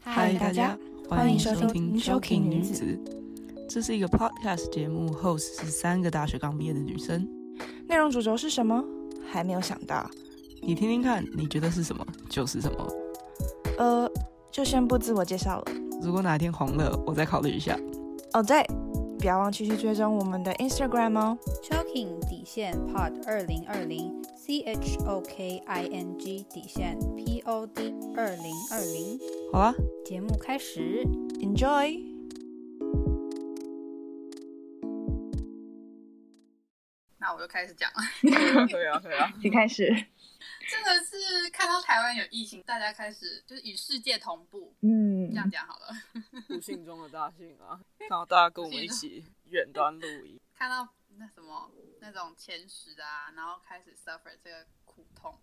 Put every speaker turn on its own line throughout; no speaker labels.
嗨，大家，欢迎收听《Shocking 女子》。这是一个 podcast 节目，host 是三个大学刚毕业的女生。
内容主轴是什么？还没有想到。
你听听看，你觉得是什么就是什么。
呃，就先不自我介绍了。
如果哪天红了，我再考虑一下。
哦，对，不要忘记去追踪我们的 Instagram 哦。
Choking 底线 Pod 二零二零 C H O K I N G 底线 P O D 二零二零。
好啦，
节目开始，
Enjoy。
那我就开始讲了。
对啊，对啊，
你开始。
真的是看到台湾有疫情，大家开始就是与世界同步，
嗯
这样讲好了。
不幸中的大幸啊！然后大家跟我们一起远端录音，
看到那什么那种前十啊，然后开始 suffer 这个苦痛。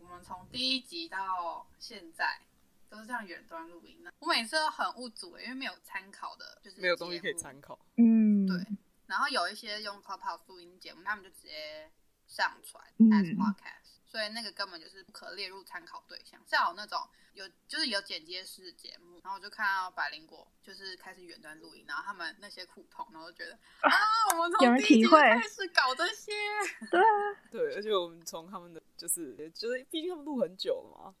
我们从第一集到现在都是这样远端录音的。我每次都很无助、欸因为没有参考的，就是
没有东西可以
考。
参考。
嗯
对，然后有一些用 Clubhouse 录音节目，他们就直接上传
嗯
as podcast，、所以那个根本就是不可列入参考对象。像有那种有就是有剪接式节目，然后我就看到百灵果就是开始远端录音，然后他们那些苦痛，然后就觉得啊，我们
有
从
人
第一集
体
就
会
开始搞这些，
对，而且我们从他们的就是就是，毕竟他们录很久了嘛，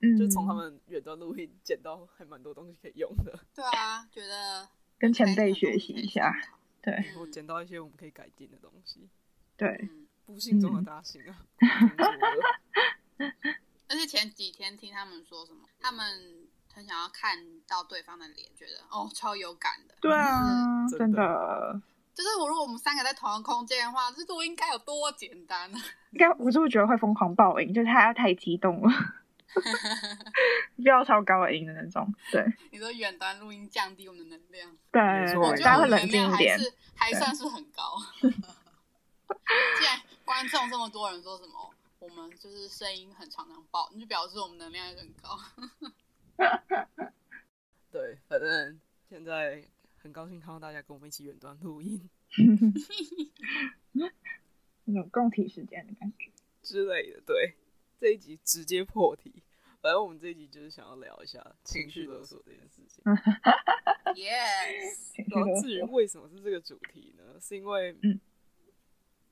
嗯
就从他们远端录音捡到还蛮多东西可以用的。
对啊，觉得
跟前辈学习一下。对
我捡到一些我们可以改进的东西，
对，
嗯，
不幸中的大幸啊！ 苦中作乐
而且前几天听他们说什么，他们很想要看到对方的脸，觉得哦超有感的，嗯
对啊，
真的
真的，
就是我如果我们三个在同一个空间的话，这录音该有多简单啊！
应该我是不是觉得会疯狂爆音，就是他太激动了，不要超高音的那种。对
你说远端录音降低我们的能量，
对，
没错
我
大
觉
家
得
会
我们
冷
能
静
量
一
还
点。
是还
对
算是很 高。既然观众这么多人说什么，我们就是声音很常常爆，那就表示我们能量也很高。
对，反正现在很高兴看到大家跟我们一起远端录音
那种嗯共体时间的感觉。
之类的。对，这一集直接破题。反正我们这一集就是想要聊一下情绪勒索这件事情。
Yes，
情绪
然
勒
后至于
索
为什么是这个主题呢？是因为，
嗯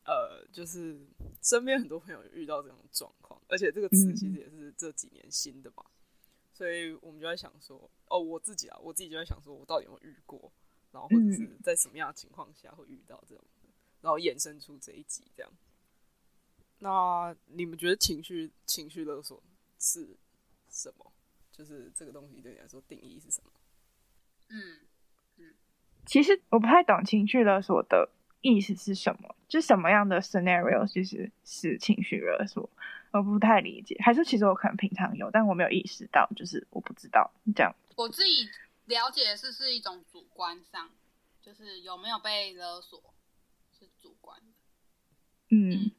呃，就是身边很多朋友遇到这种状况，而且这个词其实也是这几年新的嘛，所以我们就在想说，哦，我自己啊，我自己就在想说，我到底有没有遇过，然后或者是在什么样的情况下会遇到这种，然后衍生出这一集这样。那你们觉得情绪情绪勒索是什么？就是这个东西对你来说定义是什么？
嗯，
其实我不太懂情绪勒索的意思是什么，就什么样的 scenario 其实是情绪勒索，我不太理解。还是其实我可能平常有，但我没有意识到，就是我不知道这样。
我自己了解的是是一种主观上，就是有没有被勒索是主观的。
嗯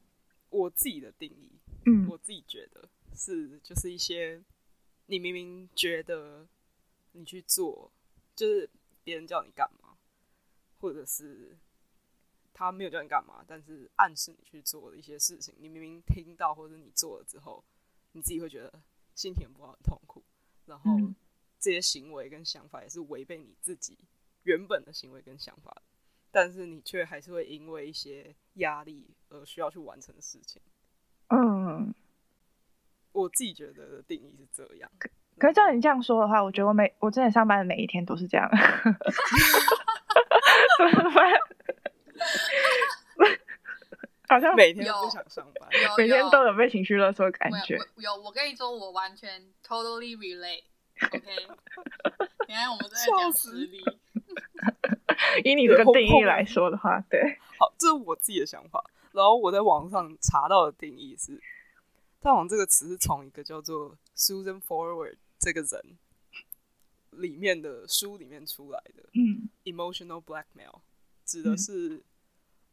我自己的定义，
嗯
我自己觉得是就是一些你明明觉得你去做，就是别人叫你干嘛，或者是他没有叫你干嘛，但是暗示你去做的一些事情，你明明听到或者你做了之后，你自己会觉得心情不好、很痛苦，然后
嗯
这些行为跟想法也是违背你自己原本的行为跟想法的但是你却还是会因为一些压力而需要去完成的事情。
嗯。
我自己觉得的定义是这样。
可是照你这样说的话，我觉得我每我真的上班的每一天都是这样，怎么办？好像
嗯每天都不想上班，
有
每天
有
都有被情绪勒索的感
我有
觉。
我有，我跟你说，我完全 totally relate。OK，你看我们在
笑
讲
死
实 力，
以你这个
对
定
后后
义来说的话，对，
好，这是我自己的想法。然后我在网上查到的定义是，但网这个词是从一个叫做 Susan Forward 这个人里面的书里面出来的。
嗯
emotional blackmail，指的
嗯
是、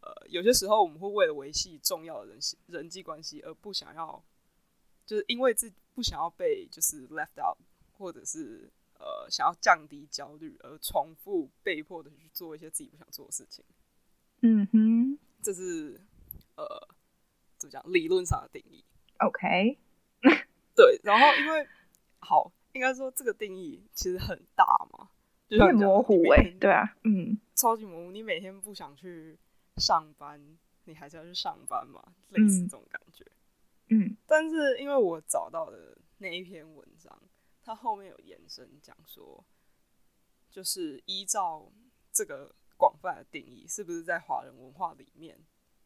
呃，有些时候我们会为了维系重要的人系人际关系而不想要，就是因为自不想要被就是 left out，或者是呃想要降低焦虑而重复被迫的去做一些自己不想做的事情。
嗯哼
这是呃怎么讲理论上的定义。
，OK，
对，然后因为好，因应该说这个定义其实很大嘛，就
有
像
点
你讲
模糊
你每
哎、
天
对啊，嗯，
超级模糊。你每天不想去上班，你还是要去上班嘛，类似
嗯
这种感觉。
嗯
但是因为我找到的那一篇文章，它后面有延伸讲说，就是依照这个广泛的定义，是不是在华人文化里面，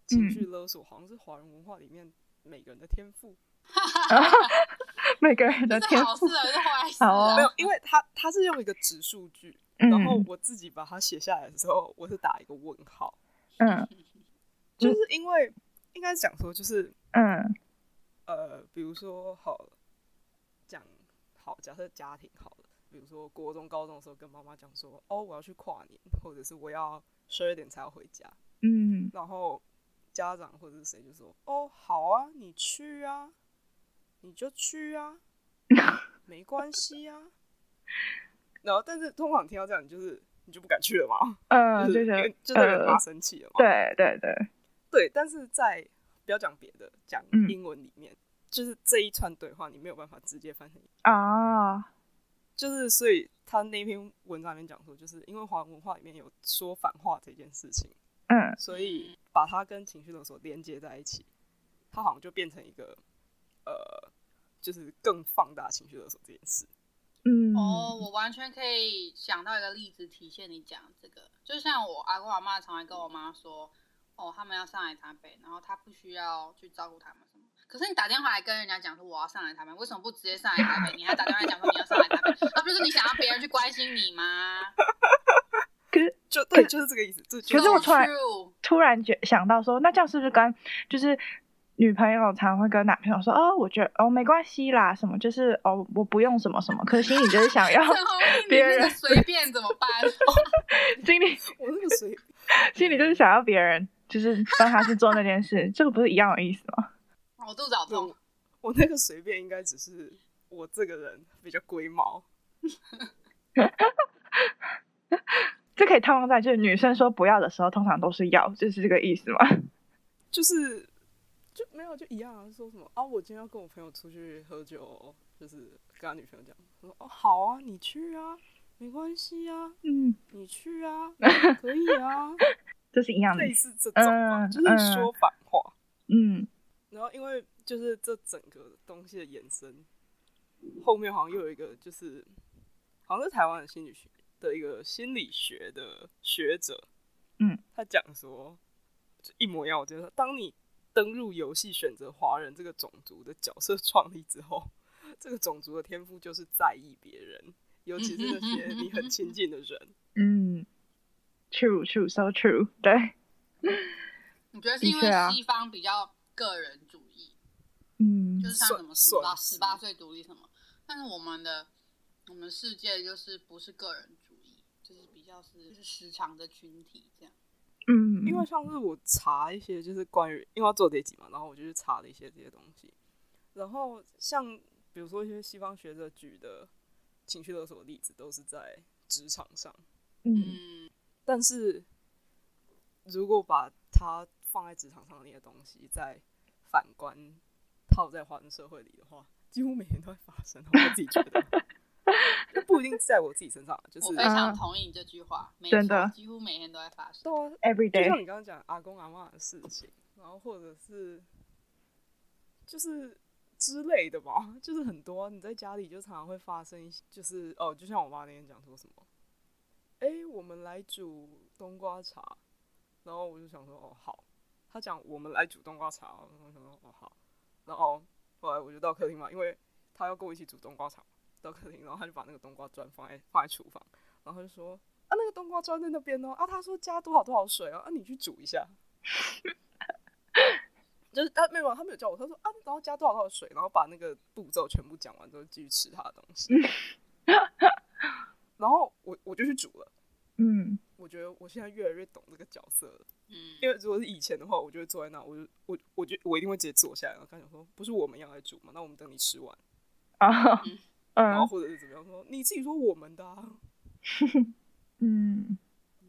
情
嗯
绪勒索好像是华人文化里面每个人的天赋？
每个人的
这
天
是好事
赋，
还是坏事
好哦
啊？
没有，因为它它是用一个指数据，然后
嗯
我自己把它写下来的时候，我是打一个问号，
嗯
就是因为应该是讲说就是
嗯
呃，比如说好了讲好，假设家庭好了，比如说国中、高中的时候跟妈妈讲说，哦，我要去跨年，或者是我要十二点才要回家，
嗯
然后家长或者是谁就说，哦，好啊，你去啊，你就去 啊，没关系啊。然后，但是通常听到这样，你就是你就不敢去了嘛，
嗯，
就
就是
因
是
为就代表他
呃
生气了嘛。
对对对，
对，但是在不要讲别的，讲
嗯
英文里面，就是这一串对话你没有办法直接翻成，
啊，
就是所以他那篇文章里面讲说，就是因为华文化里面有说反话这件事情，
嗯
所以把它跟情绪勒索连接在一起，它好像就变成一个呃，就是更放大情绪勒索这件事。
嗯
哦，我完全可以想到一个例子体现你讲这个，就像我阿公阿妈常来跟我妈说，哦，他们要上来台北，然后他不需要去照顾他们什么。可是你打电话来跟人家讲说我要上来台北，为什么不直接上来台北？你还打电话来讲说你要上来台北， 啊那、不就是你想要别人去关心你吗？
就对，就是这个意思。就
可是我
就
突然
True
突然觉想到说，那这样是不是跟就是女朋友常会跟男朋友说，哦，我觉得哦没关系啦，什么就是哦我不用什么什么，可是心里就是想 要
然后你
别
那个
人
随便怎么 办？哦
心里
我那个谁，
心里就是想要别人就是帮他去做那件事，这个不是一样的意思吗？
哦我肚子好
对
嗯
痛
我，我那个随便应该只是我这个人比较龟毛。
这可以套用在就是女生说不要的时候，通常都是要，就是这个意思吗？
就是就没有就一样啊，说什么啊，我今天要跟我朋友出去喝酒哦，就是跟他女朋友讲，我说哦好啊，你去啊，没关系啊，
嗯，
你去啊，可以 啊，
这是一样的
类
意思。
似这种嘛，
嗯
就是说反话。
嗯
然后因为就是这整个东西的延伸，后面好像又有一个就是好像是台湾的心理学的一个心理学的学者，
嗯，
他讲说就一模一样，我觉得当你登入游戏选择华人这个种族的角色创立之后， 这个种族的天赋就是在意别人，尤其是那些你很亲近的人。
嗯，true true so true，对，
你觉得是因
的确啊
为西方比较个人主义？
嗯
就是像
算
什么十八
算
十
是
八岁独立什么，但是我们的我们世界就是不是个人主义，就是比较是就是时常的群体这样。
嗯，
因为上次我查一些就是关于因为要做这一集嘛，然后我就去查了一些这些东西。然后像比如说一些西方学者举的情绪勒索的例子，都是在职场上，
嗯
嗯，
但是如果把它放在职场上的那些东西，再反观套在华人社会里的话，几乎每天都会发生。我自己觉得，就不一定在我自己身上，啊就
我
是
非常同意你这句话，
嗯
没
真的
错几乎每天都在发生。
对啊，
，every
就像
day，
你刚刚讲阿公阿妈的事情，然后或者是就是之类的吧，就是很多啊你在家里就常常会发生一些，就是哦，就像我妈那天讲说什么，哎、我们来煮冬瓜茶，然后我就想说哦好，她讲我们来煮冬瓜茶哦，然后我想说哦好，然后后来我就到客厅嘛，因为她要跟我一起煮冬瓜茶，到客厅，然后她就把那个冬瓜砖放在放在厨房，然后她就说。啊，那个冬瓜装在那边哦。啊，他说加多少多少水哦，啊，你去煮一下。 就是他没有，他没有教我，他说啊，然后加多少多少水，然后把那个步骤全部讲完之后，继续吃他的东西。然后我我就去煮了。
嗯
我觉得我现在越来越懂这个角色了，
嗯，
因为如果是以前的话，我就会坐在那，我就我我就我一定会直接坐下来，然后跟他讲说，不是我们要来煮嘛，那我们等你吃完，
啊，
嗯然后
嗯
或者是怎么样说，你自己说我们的、啊，
嗯，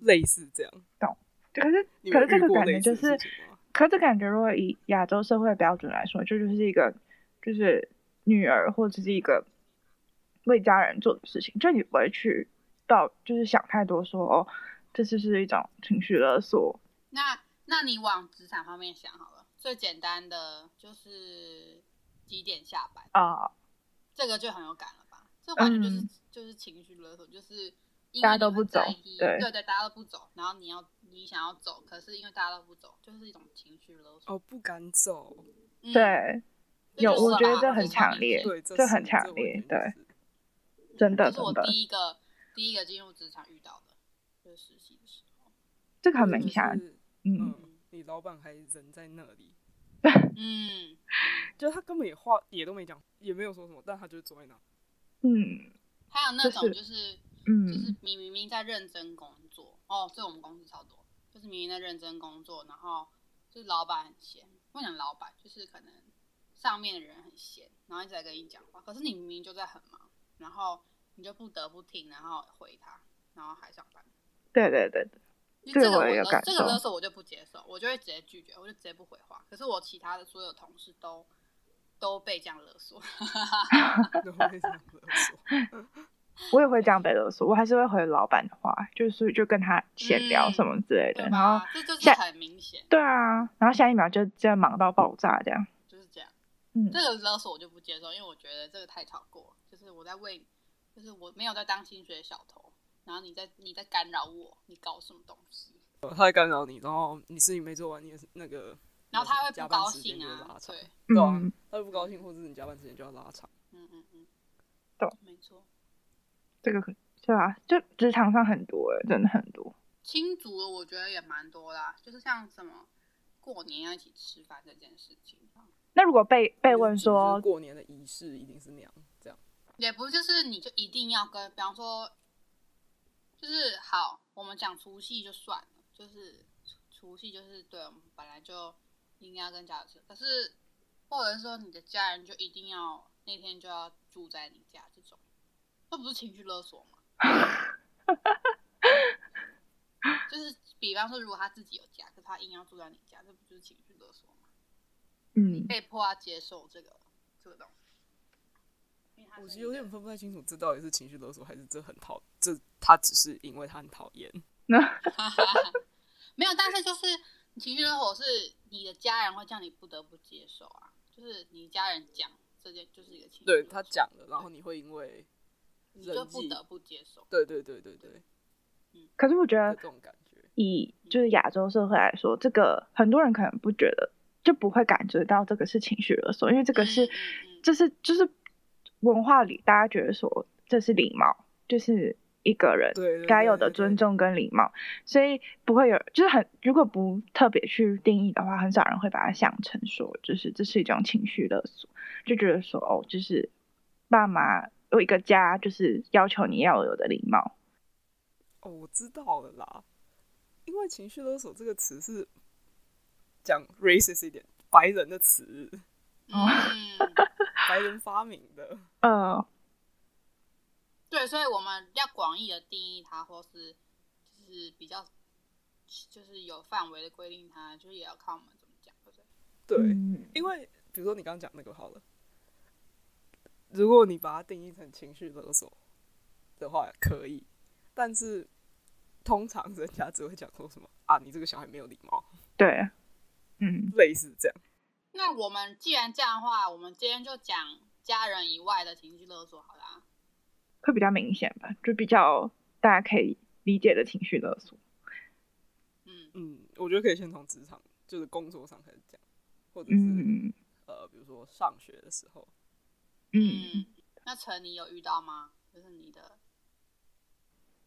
类似这样。
可是
你
可
们
是这
遇
个
过
感
类
觉
似
就
的
是
事，情吗？
可是这感觉如果以亚洲社会标准来说，这就是一个就是女儿或者是一个为家人做的事情，就你不会去到就是想太多说哦，这是不是一种情绪勒索？
那那你往职场方面想好了，最简单的就是几点下班，
啊、
嗯
这个就很有感了吧？这完全就是、
嗯
就是情绪勒索，就是因为
大家都
你很
不走
在意
对
对对，大家都不走，然后你要你想要走，可是因为大家都不走，就是一种情绪勒索。
哦，不敢走，
嗯，
对，有
这就是
我觉得
吧
这很强烈
这
对，这
这
是
很强
这完全
烈
就
对
是
真的
是
真
我
的，
第一个第一个进入职场遇到的，就是实习的时候。
这个很
或者
明显，
是
嗯，
嗯，你老板还人在那里，
嗯，
就他根本也话也都没讲，也没有说什么，但他就是坐在那。
嗯
还有那种
就是
就是就是
嗯，
你明明在认真工作，哦，这我们公司超多，就是明明在认真工作，然后就是老板很闲，不能讲老板，就是可能上面的人很闲，然后一直在跟你讲话，可是你明明就在很忙，然后你就不得不听，然后回他，然后还上班。
对对对对，
因为这个
对我也有
勒
感
这个
受
勒索我就不接受，我就会直接拒绝，我就直接不回话。可是我其他的所有同事都都被这样勒索，
然后为什么勒索？
我也会这样被勒索，我还是会回老板的话，就是就跟他闲聊
嗯
什么之类的，
对
然后
吧？这就是
下
很明显，
对啊，然后下一秒就这样忙到爆炸这样，
就是这样。
嗯
这个勒索我就不接受，因为我觉得这个太超过了，就是我在为，就是我没有在当薪水小偷，然后你在你在干扰我，你搞什么东西？
他在干扰你，然后你事情没做完，你也是那个，
然后他会
加
不
班
高
时间
兴
就会
啊
拉，长，
对，
对啊
嗯，
他会不高兴，或者是你加班时间就要拉长。
嗯嗯嗯，
懂，
没错。
这个可对啊，就职场上很多欸真的很多，
亲族的我觉得也蛮多啦，就是像什么过年要一起吃饭这件事情，啊
那如果被被问
就是
说
过年的仪式一定是那样，这样
也不就是你就一定要跟，比方说，就是好，我们讲除夕就算了，就是除除夕就是对我们本来就应该要跟家人吃，可是或者是说你的家人就一定要那天就要住在你家这种，这不是情绪勒索吗？ 就是比方说，如果他自己有家，可是他硬要住在你家，这不就是情绪勒索吗？
嗯，
被迫要接受这个这个东西，因为他是
我其实
你
有
的
点分不太清楚，这到底是情绪勒索，还是这很讨，这他只是因为他很讨厌。
哈哈哈，没有，但是就是情绪勒索是你的家人会叫你不得不接受啊，就是你家人讲这件就是一个情绪勒
对
索，
他讲了，然后你会因为
你就
人
不
际，
得不接受，
对对对对对，
可是我觉
有
得
这种感觉。
以就是亚洲社会来说，这个很多人可能不觉得，就不会感觉到这个是情绪勒索，因为这个是
嗯嗯嗯
这是就是文化里大家觉得说这是礼貌，就是一个人
对对对
该有的尊重跟礼貌，所以不会有就是很如果不特别去定义的话，很少人会把它想成说就是这是一种情绪勒索，就觉得说哦，就是爸妈有一个家就是要求你要有的礼貌，
哦，我知道了啦，因为情绪勒索这个词是讲 racist 一点，白人的词，
嗯，
白人发明的。
呃，
对，所以我们要广义的定义它，或是就是比较就是有范围的规定它，就是也要看我们怎么讲，对不对？
对，
嗯
因为比如说你刚刚讲那个好了，如果你把它定义成情绪勒索的话，可以，但是通常人家只会讲说什么啊，你这个小孩没有礼貌，
对，嗯。
类似这样。
那我们既然这样的话，我们今天就讲家人以外的情绪勒索好啦、啊
会比较明显吧，就比较大家可以理解的情绪勒索。
嗯
嗯，我觉得可以先从职场，就是工作上开始讲，或者是、
嗯
呃，比如说上学的时候，
嗯，
嗯，那陈，你有遇到吗？就是你的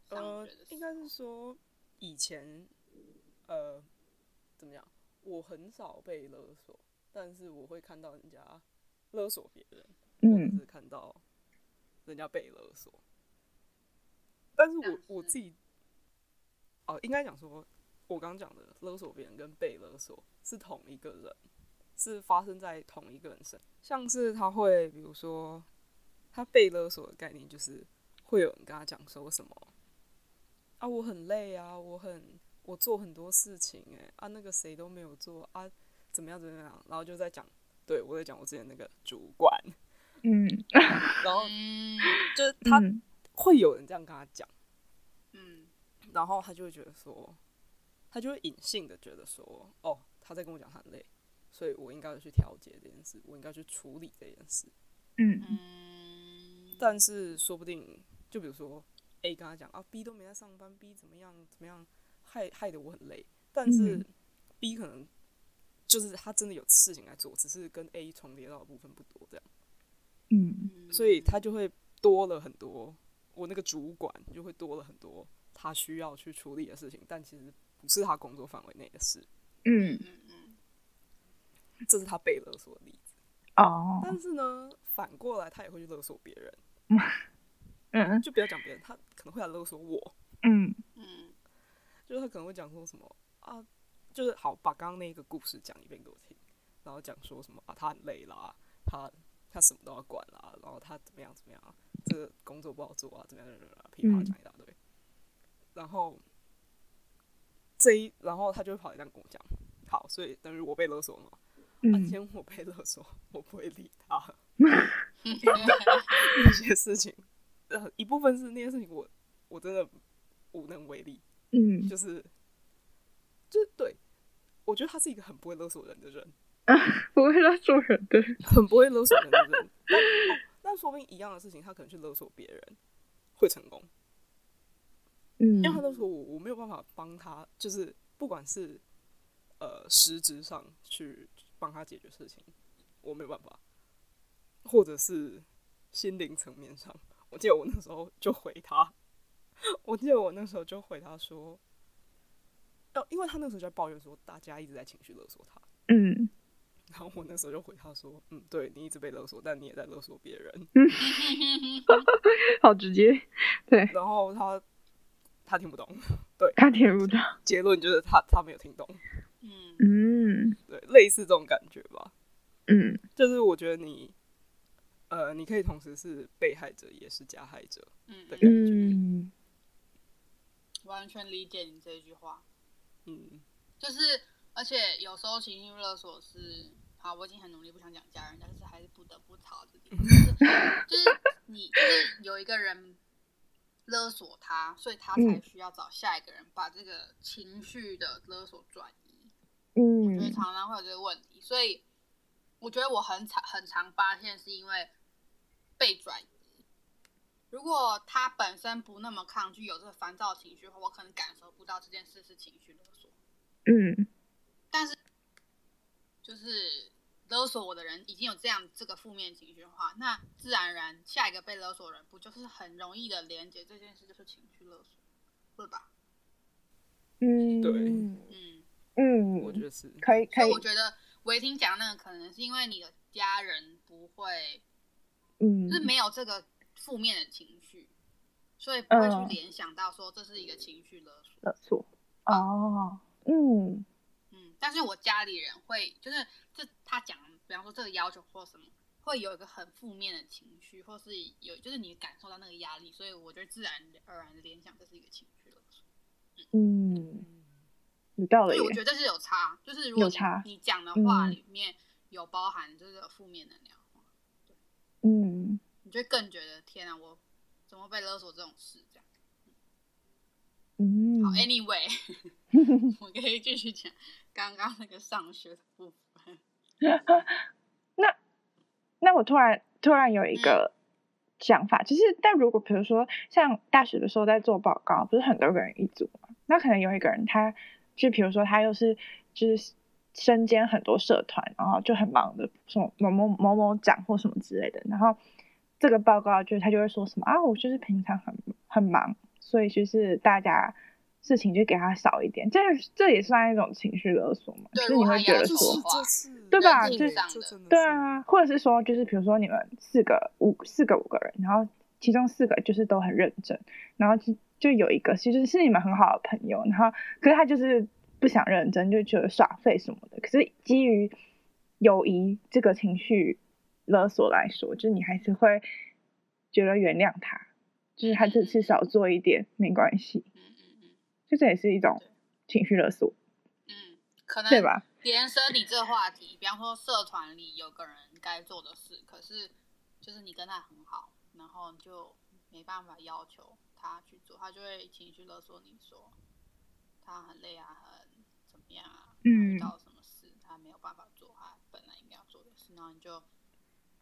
上
呃
学的时候，
应该是说以前，呃，怎么讲？我很少被勒索，但是我会看到人家勒索别人，或者
嗯
是看到人家被勒索。但是
像
我我
是
自己，哦、应该讲说，我刚刚讲的勒索别人跟被勒索是同一个人，是发生在同一个人身上。像是他会，比如说，他被勒索的概念就是会有人跟他讲说什么啊，我很累啊，我很我做很多事情哎、啊，那个谁都没有做啊，怎么样怎么样，然后就在讲，对我在讲我之前那个主管，
嗯，
然后
嗯，
就是他
嗯
会有人这样跟他讲，
嗯，
然后他就会觉得说，他就会隐性的觉得说，哦，他在跟我讲他很累，所以我应该要去调节这件事，我应该去处理这件事。
嗯
嗯，
但是说不定，就比如说 A 跟他讲啊，B 都没在上班，B 怎么样怎么样，害害得我很累。但是
嗯
B 可能就是他真的有事情来做，只是跟 A 重叠到的部分不多，这样，
嗯
所以他就会多了很多。我那个主管就会多了很多他需要去处理的事情，但其实不是他工作范围内的事，
嗯
嗯嗯
这是他被勒索的例子。
哦，
但是呢，反过来他也会去勒索别人，
嗯
就不要讲别人，他可能会来勒索我。
嗯
嗯
就是他可能会讲说什么啊，就是好把刚刚那个故事讲一遍给我听，然后讲说什么啊，他很累啦，他他什么都要管啦，然后他怎么样怎么样，这个工作不好做啊，怎么样怎么样，噼啪讲一大堆，然后这一然后他就会跑来这样跟我讲，好，所以等于我被勒索了嘛，啊，今
嗯
天我被勒索，我不会理他，
嗯
那些事情，呃，一部分是那些事情我我真的无能为力，
嗯，
就是，就是对，我觉得他是一个很不会勒索人的人，
不会勒索人的，
很不会勒索人的人。但哦那说不定一样的事情，他可能去勒索别人会成功，因
嗯
为他勒索我，我没有办法帮他，就是不管是呃实质上去帮他解决事情，我没有办法，或者是心灵层面上，我记得我那时候就回他， 我记得我那时候就回他说。哦，因为他那时候就在抱怨说，大家一直在情绪勒索他，
嗯
然后我那时候就回他说：“嗯，对你一直被勒索，但你也在勒索别人。
好直接，”对
然后他他听不懂，
他填入到，
结论就是他他没有听懂，
嗯
嗯
对，类似这种感觉吧。
嗯
就是我觉得你呃，你可以同时是被害者也是加害者
嗯
的感
嗯，
觉，
嗯
完全理解你这一句话。
嗯
就是，而且有时候情绪勒索是，好，我已经很努力不想讲家人，但是还是不得不吵这点，就是就是你就是有一个人勒索他，所以他才
嗯
需要找下一个人把这个情绪的勒索转移。我觉得
嗯
常常会有这个问题，所以我觉得我很常很常发现是因为被转移。如果他本身不那么抗拒有这个烦躁情绪的话，我可能感受不到这件事是情绪勒索。
嗯
就是勒索我的人已经有这样这个负面情绪的话，那自然而然下一个被勒索的人不就是很容易的连接这件事就是情绪勒索，对吧？
嗯，
对
嗯，
嗯，
我觉得是，
可以
所
可
以
以
我，觉得维婷讲那个可能是因为你的家人不会，
嗯
就是没有这个负面的情绪，所以不会去联想到说这是一个情绪勒索。
勒索，哦，嗯
嗯，但是我家里人会，就是这他讲，比方说这个要求或什么，会有一个很负面的情绪，或是有就是你感受到那个压力，所以我觉得自然而然的联想这是一个情绪了。
嗯，有道
所
理
以我
耶，
觉得这是有差，就是如果
有
你
差
你讲的话
嗯
里面有包含这个负面能量的话，
嗯
你就会更觉得天啊，我怎么被勒索这种事这样。
嗯
好，，Anyway，我可以继续讲刚刚那个上学的部分。
那我突然突然有一个
嗯
想法，就是但如果比如说像大学的时候在做报告，不是很多个人一组嘛？那可能有一个人他就比如说他又是就是身兼很多社团，然后就很忙的什么某某某某长或什么之类的，然后这个报告就他就会说什么啊，我就是平常很很忙，所以就是大家。事情就给他少一点，这这也算一种情绪勒索嘛？
对
就是
如
你
果
会
他
觉
要
得
求
说，
我
这是
对吧
这
这
这
真的
对
是，
啊，或者是说，就是比如说你们四个五四个五个人，然后其中四个就是都很认真，然后就就有一个其实是你们很好的朋友，然后可是他就是不想认真，就觉得耍废什么的。可是基于友谊这个情绪勒索来说，就是你还是会觉得原谅他，就是他这次少做一点没关系，
嗯嗯嗯
就这也是一种情绪勒索，
嗯，可能
对吧？
延伸你这个话题，比方说社团里有个人该做的事，可是就是你跟他很好，然后你就没办法要求他去做，他就会情绪勒索你说他很累啊，很怎么样啊，
嗯
他遇到了什么事他没有办法做他本来应该要做的事，然后你就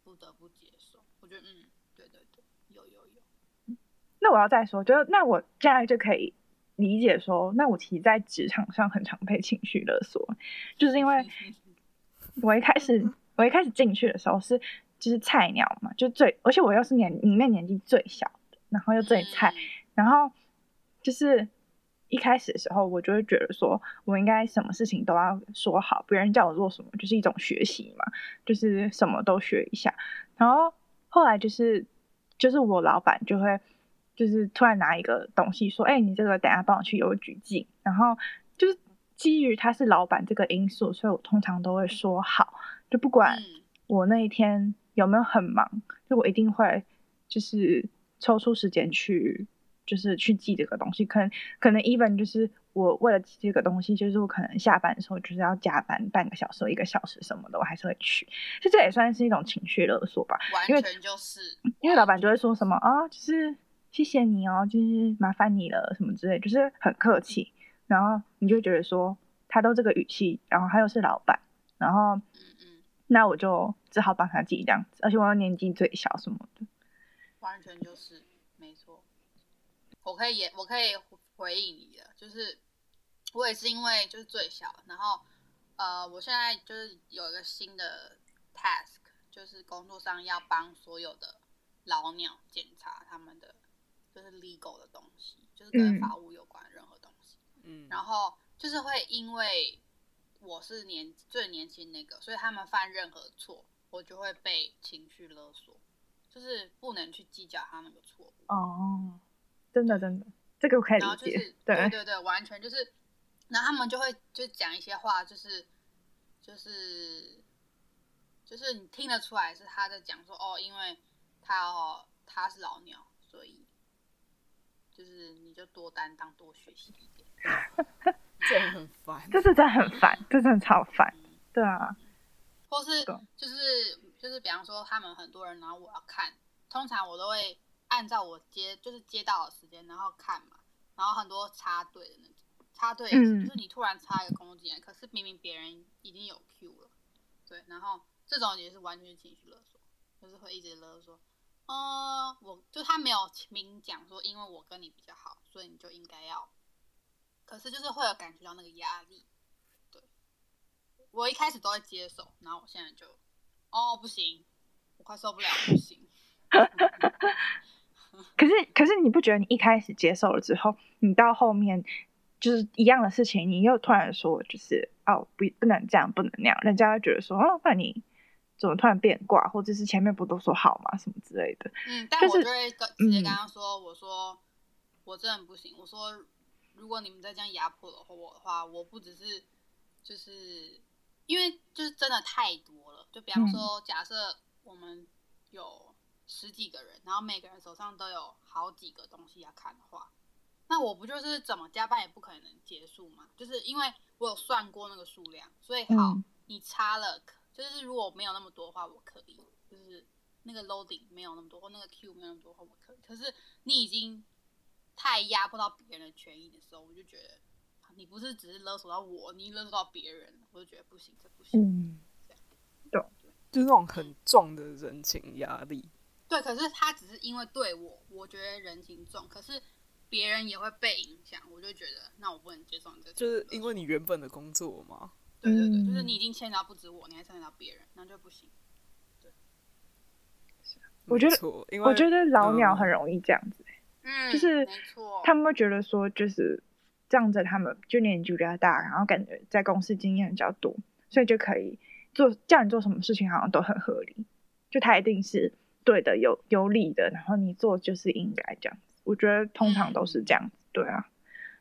不得不接受。我觉得嗯，对对对，有有有，
那我要再说，就是那我现在就可以理解说，那我其实在职场上很常被情绪勒索，就是因 为我一开始我一开始进去的时候是就是菜鸟嘛，就最而且我又是年里面年纪最小的，然后又最菜，
嗯
然后就是一开始的时候，我就会觉得说我应该什么事情都要说好，别人叫我做什么就是一种学习嘛，就是什么都学一下。然后后来就是就是我老板就会就是突然拿一个东西说，哎、你这个等一下帮我去邮局寄。然后就是基于他是老板这个因素，所以我通常都会说好，就不管
嗯
我那一天有没有很忙，就我一定会就是抽出时间去，就是去记这个东西。可能可能 even 就是我为了记这个东西，就是我可能下班的时候就是要加班半个小时、一个小时什么的，我还是会去。就这也算是一种情绪勒索吧，
完
因为
全就是
因为老板就会说什么啊、就是谢谢你哦，就是麻烦你了什么之类，就是很客气。
嗯
然后你就会觉得说他都这个语气，然后他又是老板，然后
嗯嗯，
那我就只好帮他记这样子，而且我又年纪最小什么的。
完全就是没错。我可以也我可以回应你的，就是我也是因为就是最小，然后呃，我现在就是有一个新的 task，就是工作上要帮所有的老鸟检查他们的就是 legal 的东西，就是跟
嗯
法务有关的任何东西。
嗯，
然后就是会因为我是年最年轻那个，所以他们犯任何错，我就会被情绪勒索，就是不能去计较他们的错误。
哦，真的真的，这个我可以
然后
理
就
解
是。
对，
对对，完全就是，然后他们就会就讲一些话，就是就是就是你听得出来是他在讲说哦，因为他哦他是老鸟，所以就是你就多担当多学习一点。
这样 很烦。
这是真的很烦，这真的超烦。对啊，
或是
懂
就是就是，比方说他们很多人，然后我要看，通常我都会按照我接就是接到的时间，然后看嘛，然后很多插队的那种，插队也是
嗯
就是你突然插一个工作进来，可是明明别人已经有 Q 了，对，然后这种也是完全是情绪勒索，就是会一直勒索。哦，我就他没有明讲说，因为我跟你比较好，所以你就应该要，可是就是会有感觉到那个压力，我一开始都会接受，然后我现在就，哦，不行，我快受不了，不行。
可是可是你不觉得你一开始接受了之后，你到后面就是一样的事情，你又突然说就是哦不不能这样，不能那样，人家会觉得说哦，那你怎么突然变卦，或者是前面不都说好嘛什么之类的。
嗯，但
就
我
是
就会跟直接
嗯
跟他说，我说我真的不行，我说如果你们再这样压迫的话，我的话，我不只是就是因为就是真的太多了，就比
嗯
方说，假设我们有十几个人，然后每个人手上都有好几个东西要看的话，那我不就是怎么加班也不可能结束嘛？就是因为我有算过那个数量，所以好，
嗯
你差了可，就是如果没有那么多的话，我可以，就是那个 loading 没有那么多，或那个 Q 没有那么多的话，我可以。可是你已经太压迫到别人的权益的时候，我就觉得你不是只是勒索到我，你勒索到别人了，我就觉得不行，这不行。
嗯，
就是那种很重的人情压力，
对，可是他只是因为对我，我觉得人情重，可是别人也会被影响，我就觉得那我不能接受你这种
就
勒
是
索，
因为你原本的工作嘛，
对对对，就是
嗯
你已经牵扯到不止我，你还牵扯到别人，那就不行。
我觉得
没错，因为
我觉得老鸟很容易这样子。
嗯
就是
没错，
他们会觉得说，就是这样子，他们就年纪比较大，然后感觉在公司经验比较多，所以就可以做叫你做什么事情好像都很合理，就他一定是对的、有有理的，然后你做就是应该这样子。我觉得通常都是这样子，对啊，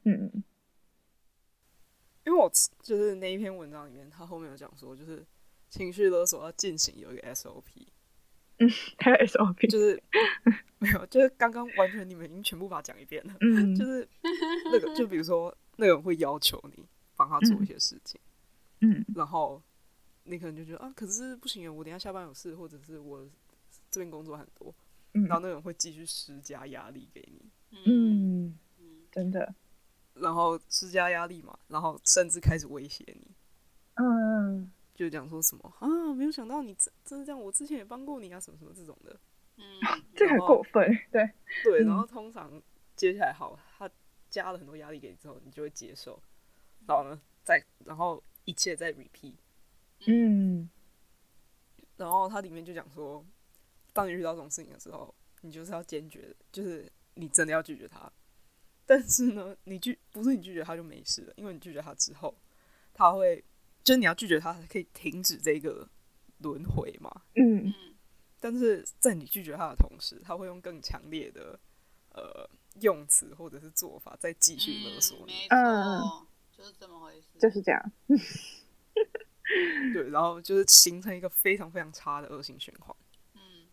嗯
因为我就是那一篇文章里面，他后面有讲说，就是情绪勒索要进行有一个 SOP，
嗯，还有 SOP，
就是 没有，就是刚刚完全你们已经全部把它讲一遍了，
嗯，
就是那个，就比如说那个人会要求你帮他做一些事情，
嗯
然后你可能就觉得啊，可是不行啊，我等一下下班有事，或者是我这边工作很多，
嗯
然后那个人会继续施加压力给你，
嗯，
嗯，
真的，
然后施加压力嘛，然后甚至开始威胁你，
嗯
就讲说什么啊，没有想到你真真是这样，我之前也帮过你啊，什么什么这种的。
嗯，
这个很过分，对，
对，
嗯
然后通常接下来好，他加了很多压力给你之后，你就会接受，然后呢，再然后一切再 repeat，
嗯
然后它里面就讲说，当你遇到这种事情的时候，你就是要坚决，就是你真的要拒绝他。但是呢，你拒不是你拒绝他就没事了，因为你拒绝他之后，他会就是你要拒绝他才可以停止这个轮回嘛。
嗯
嗯
但是在你拒绝他的同时，他会用更强烈的呃用词或者是做法再继续勒索
嗯
你。
没错，就是这么回事，
就是这样，
对，然后就是形成一个非常非常差的恶性循环，
嗯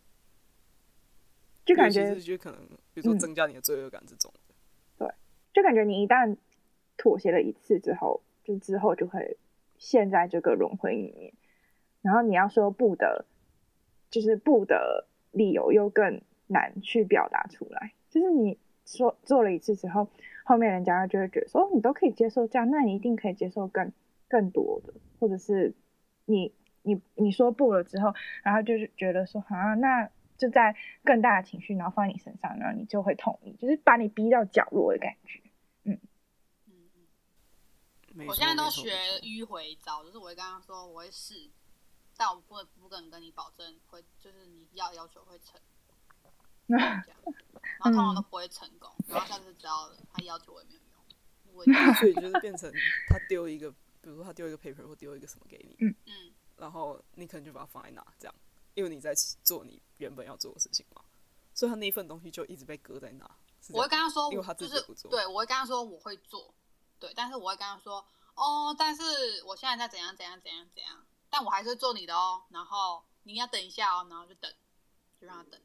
就感
尤
觉
其是就可能比如说
嗯
增加你的罪恶感这种。
就感觉你一旦妥协了一次之后，就之后就会陷在这个轮回里面，然后你要说不的，就是不的理由又更难去表达出来，就是你说做了一次之后，后面人家就会觉得说、哦、你都可以接受这样，那你一定可以接受更更多的，或者是你你你说不了之后，然后就是觉得说啊，那就在更大的情绪，然后放在你身上，然后你就会同意，就是把你逼到角落的感觉。
嗯嗯。
没
我
错
现在都
没错
学
没错
迂回招，就是我会跟他说我会试，但我不会不敢跟你保证会，就是你要要求会 成，这样，然后通常都
嗯
不会成功，然后下次知道了，他要求我也没有用，我就
所 以就是变成他丢一个，比如说他丢一个 paper 或丢一个什么给你，
嗯
然后你可能就把它放在那这样，因为你在做你原本要做的事情嘛，所以他那一份东西就一直被搁在那。是这
我会
样
跟他说，
因为
我
他自
就
己也
是
不做
对，我会跟他说我会做，对，但是我会跟他说，哦，但是我现在在怎样怎样怎样怎样，但我还是会做你的哦，然后你要等一下哦，然后就等，就让他等，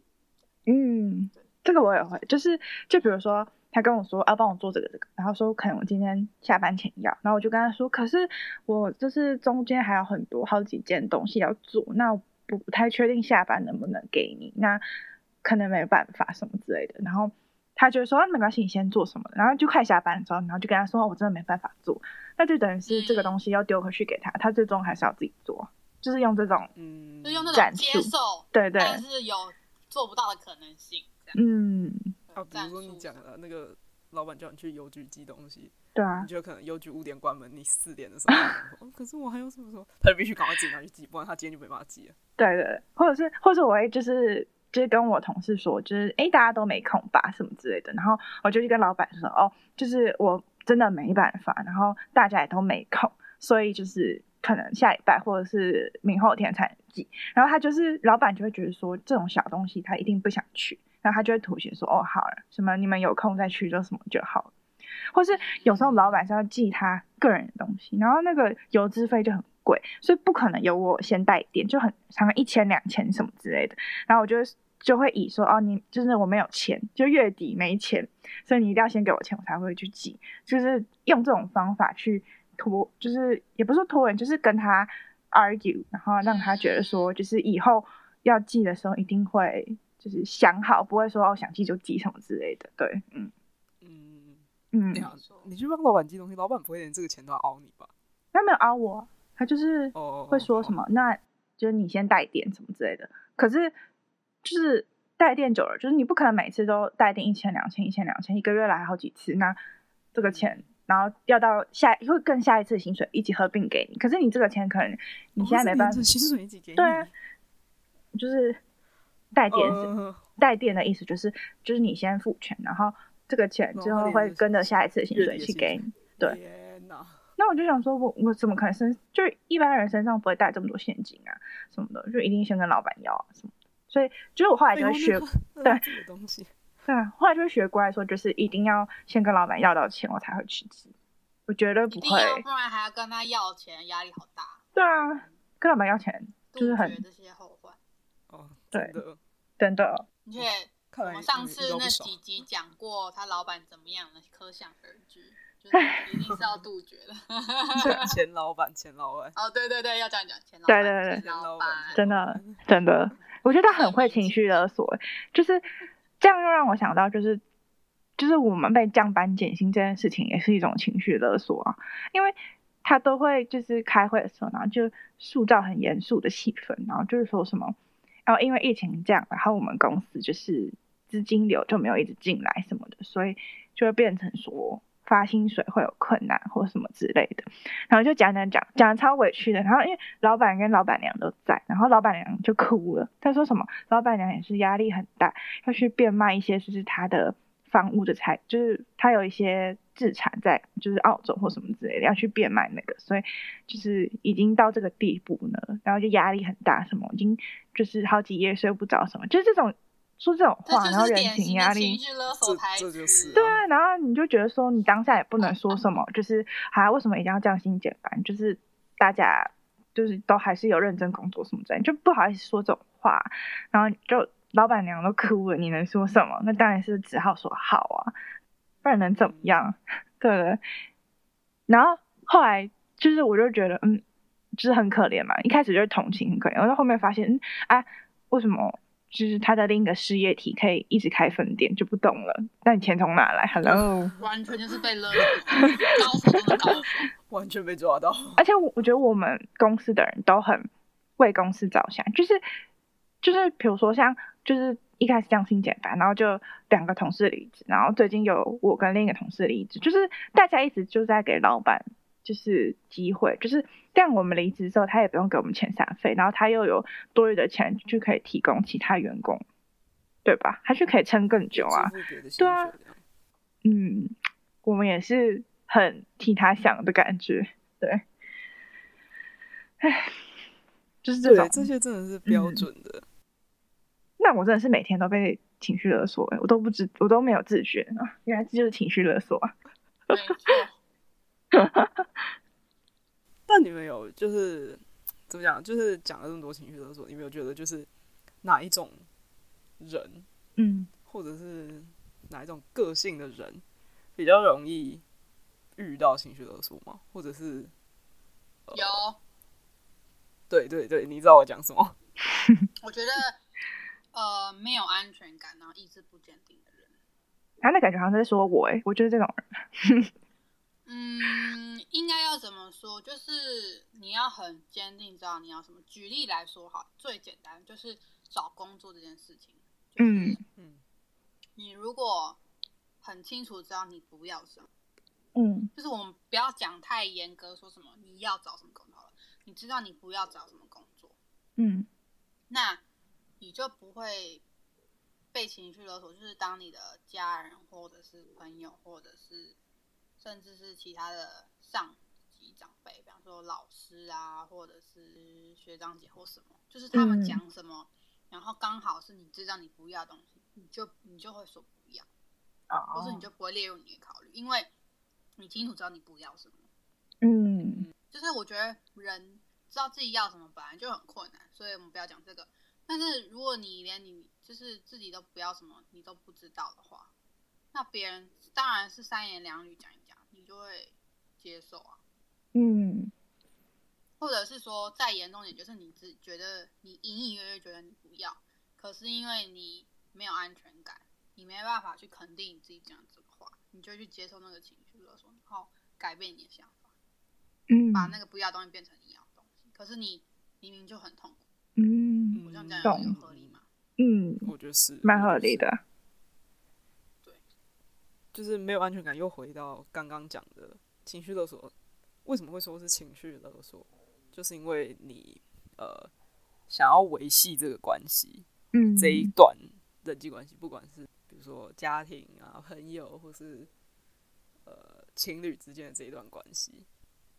嗯
对，
这个我也会，就是就比如说他跟我说要帮我做这个这个，然后说可能我今天下班前要，然后我就跟他说，可是我就是中间还有很多好几件东西要做，那我不不太确定下班能不能给你，那可能没办法什么之类的，然后。他就说、啊、没关系，你先做什么的，然后就快下班的时候，然后就跟他说、我真的没办法做，那就等于是这个东西要丢回去给他，他最终还是要自己做，就是用这种，
嗯
就，用那
战
种接
术
受，
对对，
但是有做不到的可能性，这样。
嗯，
啊，比如说你
战术
讲的那个老板叫你去邮局寄东西，
对啊
你，就可能邮局五点关门，你四点的时候跟他说，哦，可是我还有什么什么，他就必须赶快自己拿去寄，不然他今天就没办法寄了。
对对，对，或者是，或者我会就是就是跟我同事说，就是诶大家都没空吧，什么之类的。然后我就去跟老板说，哦，就是我真的没办法，然后大家也都没空，所以就是可能下礼拜或者是明后天才能寄。然后他就是老板就会觉得说，这种小东西他一定不想去，然后他就会妥协说，哦，好了，什么你们有空再去就什么就好了。或是有时候老板是要寄他个人的东西，然后那个邮资费就很贵，所以不可能由我先带一点，就很常常一千两千什么之类的。然后我就会就会以说哦，你就是我没有钱，就月底没钱，所以你一定要先给我钱，我才会去寄。就是用这种方法去拖，就是也不是说拖人，就是跟他 argue，然后让他觉得说，就是以后要寄的时候一定会就是想好，不会说哦想寄就寄什么之类的。对，嗯
嗯，
嗯
对，啊
没错
你去帮老板寄东西，老板不会连这个钱都要凹你吧？
他没有凹我，他就是
哦，
会说什么，那就是你先带电什么之类的。可是就是带电久了，就是你不可能每次都带电一千、两千、一千、两千，一个月来好几次，那这个钱。然后要到下会跟下一次薪水一起合并给你，可是你这个钱可能你
哦
现在没办
是
法
连着，薪水一起给你，
对啊就是带电是、
呃
带电的意思就是就是你先付钱，然后这个钱之后会跟着下一次的薪水一起给你。对
天哪，
那我就想说我，我怎么可能身就是一般人身上不会带这么多现金啊什么的，就一定先跟老板要啊什么的。所以就是我后来
哎
就会学，
对哎这个东西，
对啊，后来就会学乖，说就是一定要先跟老板要到钱，我才会去吃。我绝对
一
不
定要，
会，
不然还要跟他要钱，压力好大，
对啊，跟老板要钱就是
杜绝
很
这些后患。
哦，
对
真的，
真的，
而
哦
且
看
我
来
们上
你
次
遇到
那
不少嗯
几集讲过他老板怎么样的，可想而知，就是一定是要杜绝的。
前老板，前老板，
哦，对对对，要这样讲，钱老
对
板，
对对
钱老
前老板
啊
板，
真的真的。我觉得他很会情绪勒索、欸就是这样又让我想到，就是就是我们被降班减薪这件事情也是一种情绪勒索啊，因为他都会就是开会的时候，然后就塑造很严肃的气氛，然后就是说什么，然后因为疫情这样，然后我们公司就是资金流就没有一直进来什么的，所以就会变成说发薪水会有困难或什么之类的。然后就讲讲讲讲得超委屈的，然后因为老板跟老板娘都在，然后老板娘就哭了。她说什么？老板娘也是压力很大，要去变卖一些就是她的房屋的财，就是她有一些资产在就是澳洲或什么之类的，要去变卖那个，所以就是已经到这个地步呢，然后就压力很大，什么已经就是好几夜睡不着什么，就是这种说这种话，然后
这就
人
是典
情
型
压
的
力，
情绪勒索
这
台
这就是
词啊
啊
对啊，然后你就觉得说，你当下也不能说什么，就是啊，为什么一定要降薪减班？就是大家就是都还是有认真工作什么之类，就不好意思说这种话，然后就老板娘都哭了，你能说什么？那当然是只好说好啊，不然能怎么样？对不对？然后后来就是我就觉得，嗯，就是很可怜嘛，一开始就是同情很可怜，然后后面发现，嗯，哎、为什么就是他的另一个事业体可以一直开分店就不懂了？那你钱从哪来？Hello，
完全就是被 勒索，高手中的高手。
完全被抓到。
而且我我觉得我们公司的人都很为公司着想，就是就是比如说像就是一开始降薪减班，然后就两个同事离职，然后最近有我跟另一个同事离职，就是大家一直就在给老板就是机会，就是但我们离职之后，他也不用给我们遣散费，然后他又有多余的钱就可以提供其他员工，对吧？他就可以撑更久啊。
支付别的薪水
对啊
这样
嗯，我们也是很替他想的感觉，对，唉，就是这
对，
种。嗯
这些真的是标准的。
那我真的是每天都被情绪勒索、欸，我都不知，我都没有自觉呢。原来这就是情绪勒索啊！
没错，
但你们有就是怎么讲？就是讲了这么多情绪勒索，你们有觉得就是哪一种人，
嗯，
或者是哪一种个性的人比较容易遇到情绪勒索吗？或者是
有，
对对对，你知道我讲什么？
我觉得呃没有安全感，然后意志不坚定的人，
他那感觉好像在说我、欸，我就是这种人。
嗯，应该要怎么说？就是你要很坚定，知道你要什么。举例来说，好，最简单就是找工作这件事情，就是
嗯
嗯，
你如果很清楚知道你不要什么。
嗯
就是我们不要讲太严格，说什么你要找什么工作好了，你知道你不要找什么工作，
嗯
那你就不会被情绪勒索。就是当你的家人或者是朋友，或者是甚至是其他的上级长辈，比方说老师啊，或者是学长姐或什么，就是他们
嗯
讲什么，然后刚好是你知道你不要的东西，你就你就会说不要，或是你
哦，
就不会列入你的考虑，因为你清楚知道你不要什么。
嗯
就是我觉得人知道自己要什么本来就很困难，所以我们不要讲这个。但是如果你连你就是自己都不要什么，你都不知道的话，那别人当然是三言两语讲一讲，你就会接受啊。
嗯
或者是说再严重点，就是你只觉得你隐隐约约觉得你不要，可是因为你没有安全感，你没办法去肯定你自己讲这个话，你就去接受那个情绪勒索，然后改变你的想法。
嗯，
把那个不要的东西变成你要的东西。可是你明明就很痛苦，
嗯
我这样讲有合理吗？
嗯，
我觉得是
蛮合理，的。
就是没有安全感。又回到刚刚讲的情绪勒索，为什么会说是情绪勒索？就是因为你呃想要维系这个关系，
嗯，
这一段人际关系，不管是比如说家庭啊、朋友，或是呃情侣之间的这一段关系，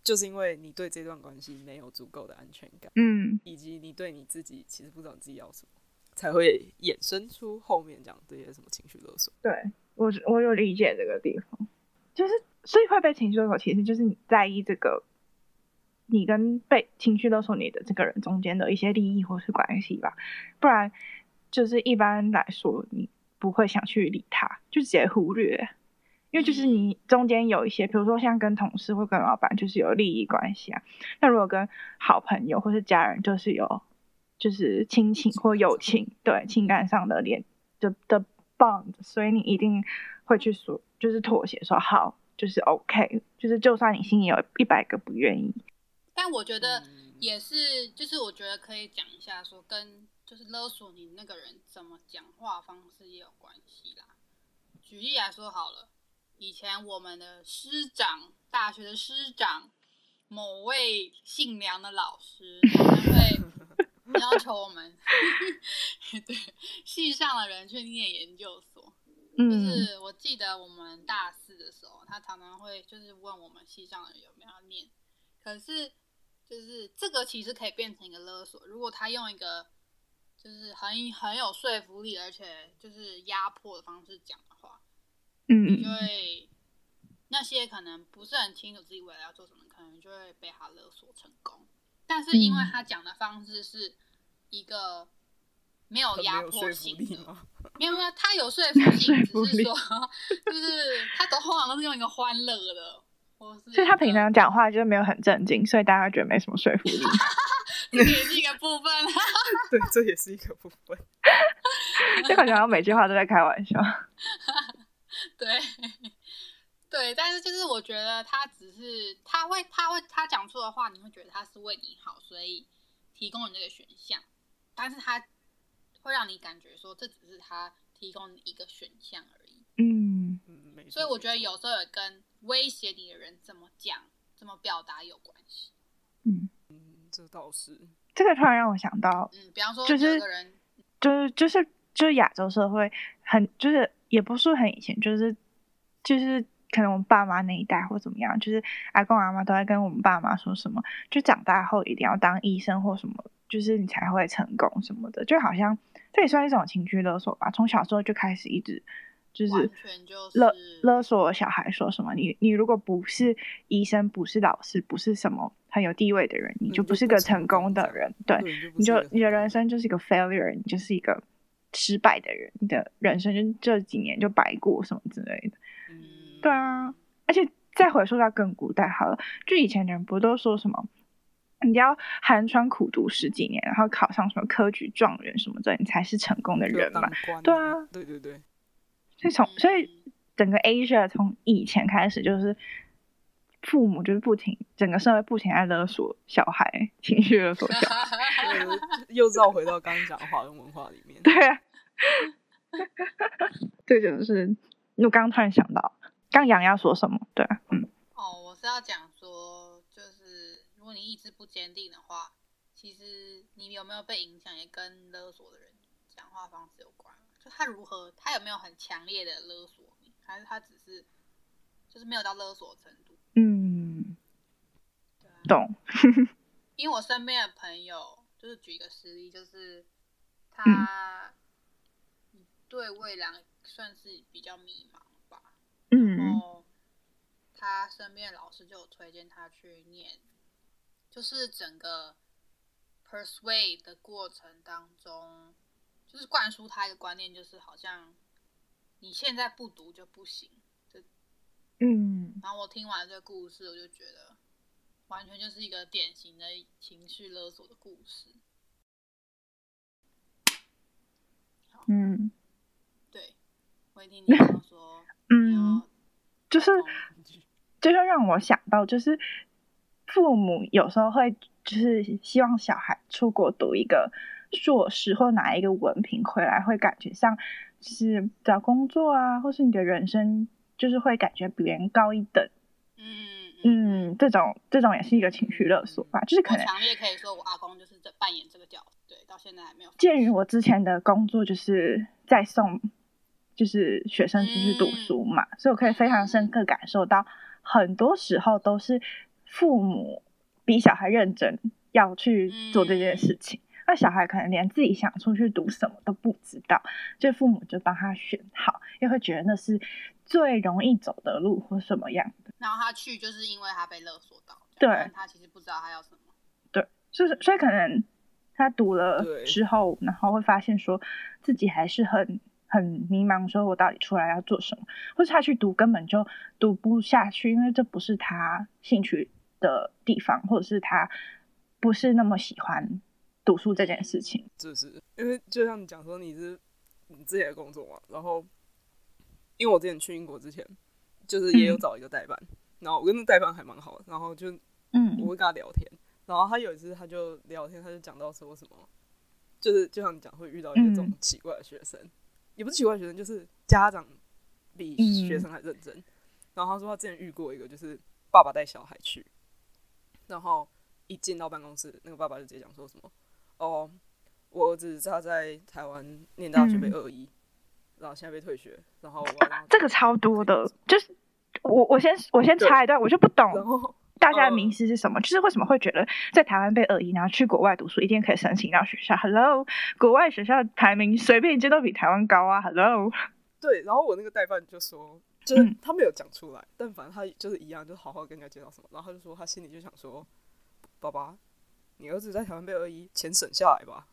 就是因为你对这段关系没有足够的安全感，
嗯
以及你对你自己其实不知道你自己要什么，才会衍生出后面讲这些什么情绪勒索。
对我我有理解这个地方，就是所以会被情绪勒索，其实就是你在意这个你跟被情绪勒索你的这个人中间的一些利益或是关系吧，不然就是一般来说你不会想去理他，就直接忽略。因为就是你中间有一些，比如说像跟同事或跟老板，就是有利益关系啊。那如果跟好朋友或是家人，就是有就是亲情或友情，对情感上的连的的 bond，所以你一定会去说，就是妥协说好，就是 OK，就是就算你心里有一百个不愿意，
但我觉得
嗯
也是，就是我觉得可以讲一下，说跟就是勒索你那个人怎么讲话方式也有关系啦。举例来说好了，以前我们的师长，大学的师长，某位姓梁的老师，他会要求我们 对系上的人去念研究所。就
嗯
是我记得我们大四的时候，他常常会就是问我们系上的人有没有要念，可是就是这个其实可以变成一个勒索，如果他用一个就是很很有说服力，而且就是压迫的方式讲的话，
嗯
你就会那些可能不是很清楚自己未来要做什么，可能就会被他勒索成功。但是因为
嗯
他讲的方式是一个没有
很没
压
有
迫
说服
性
力
的，
吗？
没有没有，他有说 服性，
说服
只是
力
说 就是他都通常都是用一个欢乐的，或是
所以他
一个
平常讲话就是没有很正经，所以大家觉得没什么说服力。
这个也 是一个部分。啊
对，这也是一个部分。
就感觉好像每句话都在开玩笑。
对，对，但是就是我觉得他只是他会他会他讲出的话，你会觉得他是为你好，所以提供你这个选项，但是他会让你感觉说这只是他提供你一个选项而已。
嗯
嗯，没错。
所以我觉得有时候也跟威胁你的人怎么讲、怎么表达有关系。
嗯，
这倒是，
这个突然让我想到，
嗯，比方说
就
有
是
一个人
就是就是就是亚洲社会很就是也不是很以前，就是就是可能我们爸妈那一代或怎么样，就是阿公阿妈都在跟我们爸妈说什么，就长大后一定要当医生或什么，就是你才会成功什么的，就好像这也算一种情绪勒索吧，从小时候就开始一直就是
完全就
勒
是
勒索小孩说什么，你你如果不是医生，不是老师，不是什么很有地位的人，你
你
就
就
不是
不
个
成
成功
功嗯
的
这样
人，对，
对，
你
你
就
就
你的人生就是一个 failure，你就是一个失败的人，你的人生就这几年就白过什么之类的。
嗯，
对啊，而且再回溯到更古代好了，就以前的人不都说什么，你要寒窗苦读十几年，然后考上什么科举状元什么的，你才是成功的
就
人
当
嘛。
官
对
啊
啊，
对对对，
所以从所以
嗯
整个 Asia 从以前开始就是父母就是不停，整个社会不停在勒索小孩，情绪勒索小 孩。
呃又绕回到刚刚讲的华人文化里面。
对啊，这就是我刚刚突然想到，刚洋要说什么？对啊，嗯
哦，我是要讲说，就是如果你意志不坚定的话，其实你有没有被影响，也跟勒索的人讲话方式有关。啊就他如何，他有没有很强烈的勒索你，还是他只是就是没有到勒索程度？
嗯，
对啊、
懂，
因为我身边的朋友，就是举一个实例，就是
嗯
他对未来算是比较迷茫吧，然
嗯
后他身边的老师就有推荐他去念，就是整个 persuade 的过程当中，就是灌输他一个观念，就是好像你现在不读就不行。
嗯，
然后我听完这个故事，我就觉得完全就是一个典型的情绪勒索的故事。
嗯
对，我一定你要说，你
嗯
要，
就是
懂
这就让我想到，就是父母有时候会就是希望小孩出国读一个硕士或拿一个文凭回来，会感觉像就是找工作啊，或是你的人生就是会感觉比别人高一等。
嗯嗯嗯，
嗯，这种这种也是一个情绪勒索吧，就是可
我
能
强烈可以说，我阿公就是这扮演这个角色，对，到现在还没有放
鉴于
弃
我之前的工作就是在送，就是学生出去读书嘛，所以我可以非常深刻感受到，很多时候都是父母比小孩认真要去做这件事情。那小孩可能连自己想出去读什么都不知道，就父母就帮他选好，又会觉得那是最容易走的路或什么样
然后他去就是因为他被勒索到，
对
但他其实不知道他要什 么。
就是所以可能他读了
对
之后，然后会发现说自己还是很很迷茫，说我到底出来要做什么，或是他去读根本就读不下去，因为这不是他兴趣的地方，或者是他不是那么喜欢读书这件事情。
就是因为就像你讲说你是你自己的工作嘛，然后因为我之前去英国之前，就是也有找一个代办，然后我跟那代办还蛮好的，然后就我
嗯
会跟他聊天，然后他有一次他就聊天，他就讲到说什么，就是就像你讲会遇到一些这种
嗯
奇怪的学生，也不是奇怪的学生，就是家长比
嗯
学生还认真。然后他说他之前遇过一个，就是爸爸带小孩去，然后一进到办公室，那个爸爸就直接讲说什么：“哦，我儿子他在台湾念大学被
嗯
恶意，然后现在被退学，然后我要让他
这个超多的，就是我我先我先
对
插一段，我就不
然
懂
后
大家
嗯
的迷思是什么，就是为什么会觉得在台湾被恶意，然后去国外读书一定可以申请到学校？Hello，国外学校排名随便一间都比台湾高啊！Hello，
对，然后我那个代办就说，就是
嗯
他没有讲出来，但反正他就是一样，就好好跟人家介绍什么，然后他就说他心里就想说，爸爸，你儿子在台湾被二一，钱省下来吧，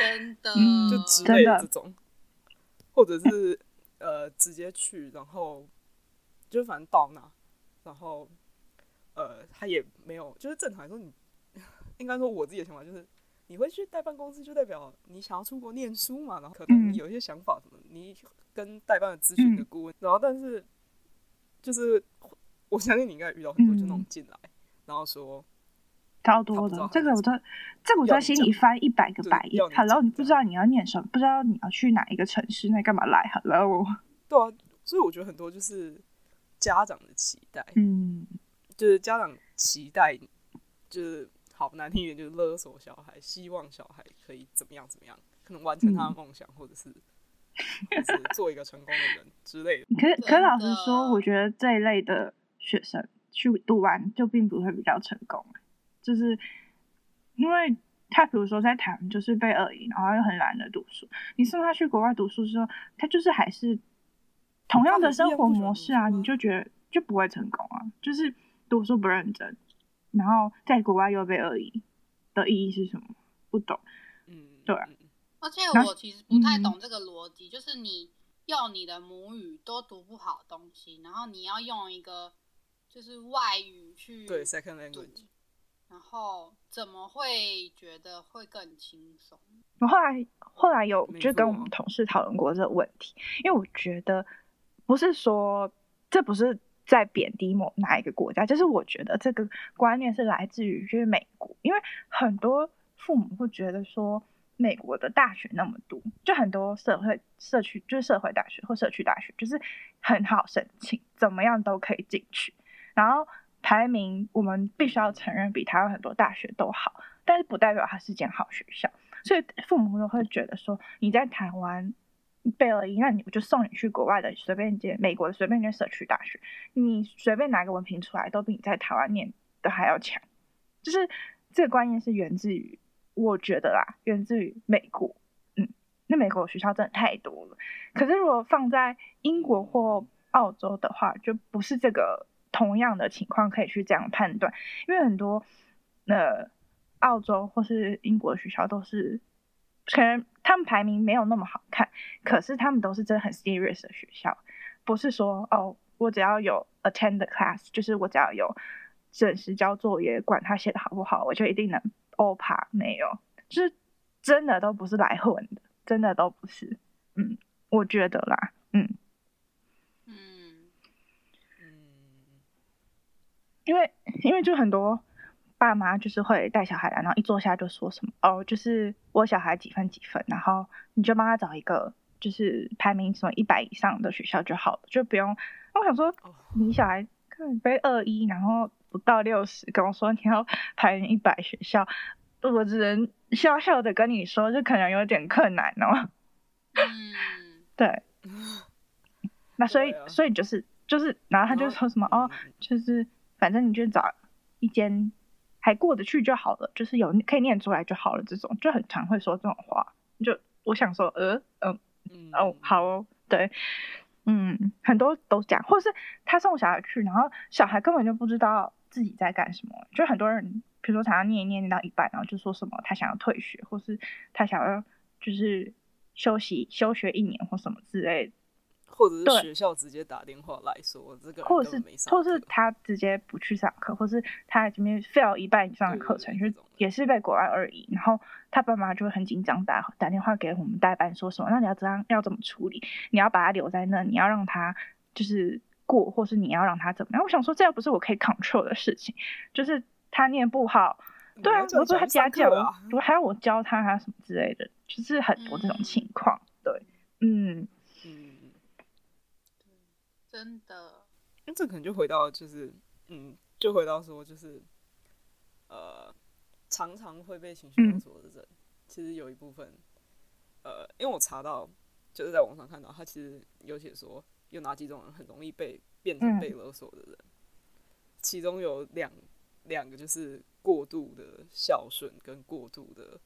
真的，
嗯
就之
真
类
的
这种，或者是呃直接去，然后就反正到那，然后呃他也没有，就是正常来说你， 应该说我自己的想法就是。你会去代办公司，就代表你想要出国念书嘛，然后可能
嗯
你有一些想法什么，你跟代办的咨询的顾问，然后但是就是我相信你应该遇到很多，就那种
嗯
进来，然后说
超
他不
多
知道
的
他，
这个
在
我都，这个我
要
在
你
心
讲
里翻一百个
对
白眼
要你。
Hello，
讲
你不知道你要念什么，不知道你要去哪一个城市，那干嘛来？Hello，
对啊，所以我觉得很多就是家长的期待，
嗯，
就是家长期待，就是好难听一点，就是勒索小孩，希望小孩可以怎么样怎么样，可能完成他的
嗯
梦想，或者是就是做一个成功的人之类的。
可是可是
真
老实
的
说，我觉得这一类的学生去读完就并不会比较成功，就是因为他比如说在台湾就是被恶意，然后又很懒得读书，你送他去国外读书之后，他就是还是同样的生活模式
他还
啊，
是一样不喜欢读书啊
你就觉得就不会成功啊，就是读书不认真，然后在国外又被恶意的意义是什么？不懂，
嗯，
对啊
嗯
而且
然后
我其实不太
嗯
懂这个逻辑，就是你用你的母语都读不好的东西，然后你要用一个就是外语去
对，second
读
language，，
然后怎么会觉得会更轻松？
我后来后来有
没
就跟我
错
们同事讨论过这个问题，因为我觉得不是说这不是在贬低某哪一个国家，就是我觉得这个观念是来自于就是美国，因为很多父母会觉得说美国的大学那么多，就很多社会社区就是社会大学或社区大学就是很好申请，怎么样都可以进去，然后排名我们必须要承认比台湾很多大学都好，但是不代表它是间好学校。所以父母都会觉得说，你在台湾被而已，那你我就送你去国外的随便一间美国的随便一间社区大学，你随便拿个文凭出来，都比你在台湾念的还要强。就是这个观念是源自于，我觉得啦，源自于美国。嗯，那美国学校真的太多了。可是如果放在英国或澳洲的话，就不是这个同样的情况可以去这样判断，因为很多呃澳洲或是英国的学校都是，可能他们排名没有那么好看，可是他们都是真的很 serious 的学校，不是说哦，我只要有 attend the class，就是我只要有准时交作业，管他写的好不好，我就一定能欧趴。没有，就是真的都不是来混的，真的都不是。嗯，我觉得啦，嗯，
嗯，
嗯，
因为因为就很多爸妈就是会带小孩来，然后一坐下就说什么哦，就是我小孩几分几分，然后你就帮他找一个就是排名什么一百以上的学校就好了，就不用。那我想说，
哦，
你小孩看被二一，然后不到六十，跟我说你要排名一百学校，我只能笑笑的跟你说，这可能有点困难哦。
嗯，
对，那所以、
对啊
所以就是就是，然后他就
然后
说什么哦，
嗯
就是反正你就找一间还过得去就好了，就是有可以念出来就好了，这种就很常会说这种话。就我想说，呃，嗯，
嗯
哦，好哦，对，嗯，很多都讲，或者是他送小孩去，然后小孩根本就不知道自己在干什么，就很多人，比如说常常念一念念到一半，然后就说什么他想要退学，或是他想要就是休息休学一年或什么之类的
或者是
对
学校直接打电话来说这个人
或者
根
是
本没上
或者是
课
他直接不去上课，或是他前面 fail 一半以上的课程，
对
就
对对
是也是被国外二一，然后他爸妈就会很紧张打打电话给我们代班说什么，那你要怎样要怎么处理？你要把他留在那，你要让他就是过，或是你要让他怎么样？我想说这又不是我可以 control 的事情，就是他念不好，
你
对啊
要，这样
我说
讲
他
上
家
课
教，
啊
我还要我教他啊什么之类的，就是很多这种情况。对，嗯，
嗯，
真的，
那这可能就回到就是嗯，就回到说就是呃，常常会被情绪勒
嗯
索的人，其实有一部分呃，因为我查到就是在网上看到，他其实有写说有哪几种人很容易被变成
嗯
被勒索的人，其中有两两个就是过度的孝顺跟过度的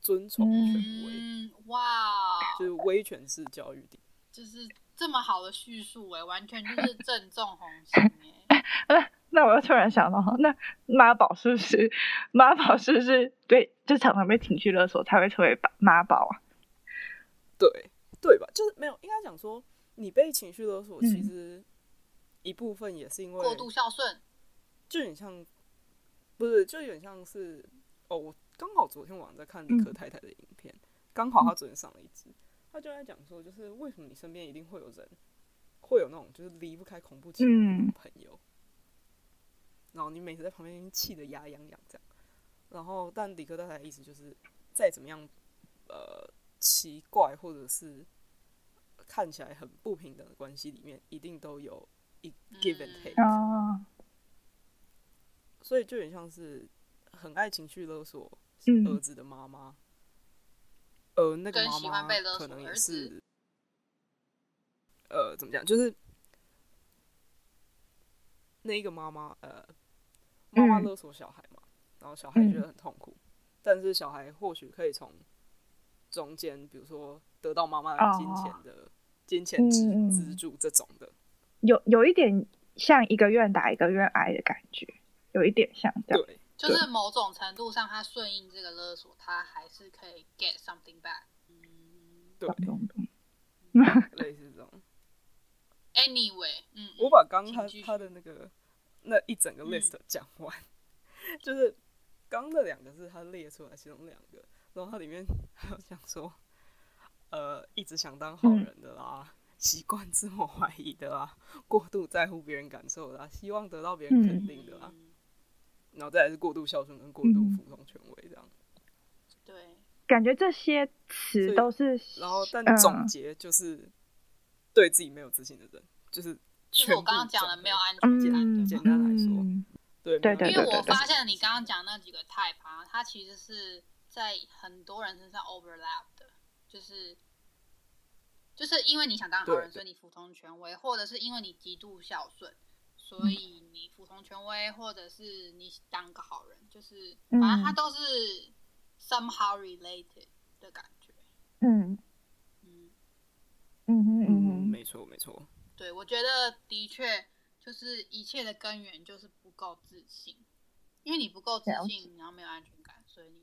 遵从权威，
嗯，哇，
就是威权式教育底
就是这么好的叙述哎、完全就是正中红心 哎、
那我又突然想到，那妈宝是不是妈宝是不是对，就常常被情绪勒索才会成为妈宝啊？
对对吧？就是没有，应该讲说你被情绪勒索，
嗯
其实一部分也是因为
过度孝顺，
就有点像，不是，就有点像是哦，我刚好昨天晚上在看理科太太的影片，刚好她昨天上了一集，她就在讲说，就是为什么你身边一定会有人会有那种就是离不开恐怖情人的
嗯
朋友，然后你每次在旁边气得牙痒痒这样，然后但理科太太的意思就是再怎么样呃奇怪或者是看起来很不平等的关系里面，一定都有一 give and take。
哦，
所以就有点像是很爱情绪勒索
嗯
儿子的妈妈，呃，那个
跟
妈
喜欢
妈
被勒
可
索
能
儿
也
子
是，呃，怎么讲，就是那个妈妈，呃，妈妈
嗯
勒索小孩嘛，然后小孩觉
嗯
得很痛苦，但是小孩或许可以从中间，比如说得到妈妈的金钱的、金钱支
哦嗯嗯
资助这种的，
有有一点像一个愿打一个愿挨的感觉，有一点像这样。
对，
就是某种程度上他顺应这个勒索，他还是可以 get something back。嗯
对
懂懂懂
类似这种。
，anyway，嗯，
我把刚刚
请
他
继续
他的那个那一整
嗯
个 list 讲完， 就是刚那两个是他列出来其中两个，然后它里面 还有讲说，呃，一直想当好
嗯
人的啦，习惯自我怀疑的啦，过度在乎别人感受的啦，希望得到别人
嗯
嗯
肯定的啦，啊然后再来是过度孝顺跟过
嗯
度服从权威这样，
对，
感觉这些
所
词
以
都是，
然后但
嗯
总结就是对自己没有自信的人，就是
就是
全
我刚刚
部
讲的
总
没有
和
安全感，
嗯，
简单来说
嗯
对
对
没有
对
因为
对
我
对
发现你刚刚讲那几个 type 啊，它其实是在很多人身上 overlap 的，就是就是因为你想当好人，
对
所以你服从权威，或者是因为你极度孝顺，
嗯
所以你服从权威，或者是你当个好人，就是反正它
嗯
都是 somehow related 的感觉。
嗯
嗯，
嗯哼
嗯，
嗯哼，
没错没错，
对，我觉得的确就是一切的根源就是不够自信，因为你不够自
了
信，然后没有安全感，所以你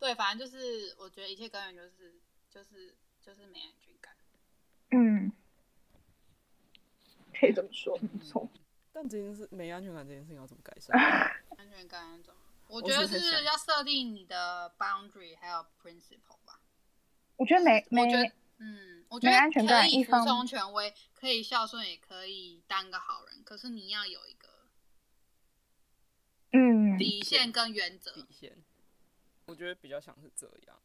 对，反正就是我觉得一切根源就是就是就是没安全感。
嗯，可以这么说，没错。
但这件事没安全感这件事情要怎么改善？
安全感怎么？我
我
觉得
是在
是
想
要设定你的 boundary 还有 principle 吧。
我觉得没
我觉
没
得，嗯，我觉得
没安全感
可以
一
服
方
从权威，可以孝顺，也可以当个好人，可是你要有一个
嗯
底线跟原则。
底线，我觉得比较像是这样。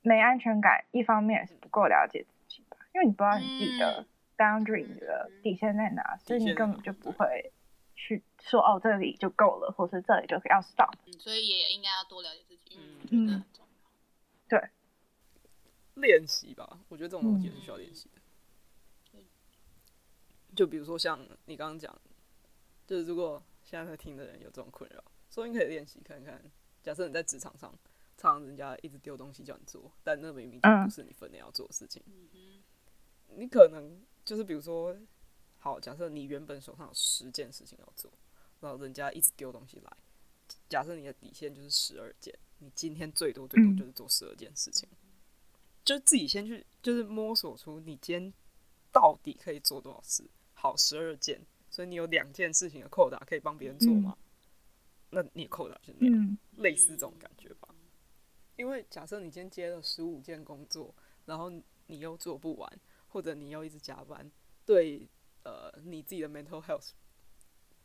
没安全感，一方面也是不够了解自己吧，因为你不知道你自己的
嗯
boundary、
嗯
你的底线在哪，所以
底
你
线
根
在
本
哪
就不
对
会去说哦这里就够了，或是这里就要 stop。
嗯，所以也应该要多了解自己，因为我
嗯
觉得很重要。
练习吧，我觉得这种东西也是需要练习的。
嗯
就比如说像你刚刚讲，就是如果现在在听的人有这种困扰，说不定可以练习看看。假设你在职场上，常常人家一直丢东西叫你做，但那明明就不
嗯
是你分内要做的事情，
嗯哼，
你可能就是比如说，好，假设你原本手上有十件事情要做，然后人家一直丢东西来，假设你的底线就是十二件，你今天最多最多
嗯
就是做十二件事情，就自己先去就是摸索出你今天。到底可以做多少事？好，十二件，所以你有两件事情的扣打可以帮别人做吗？那你的扣打是那样，
嗯，
类似这种感觉吧。因为假设你今天接了十五件工作，然后你又做不完，或者你又一直加班，对呃你自己的 mental health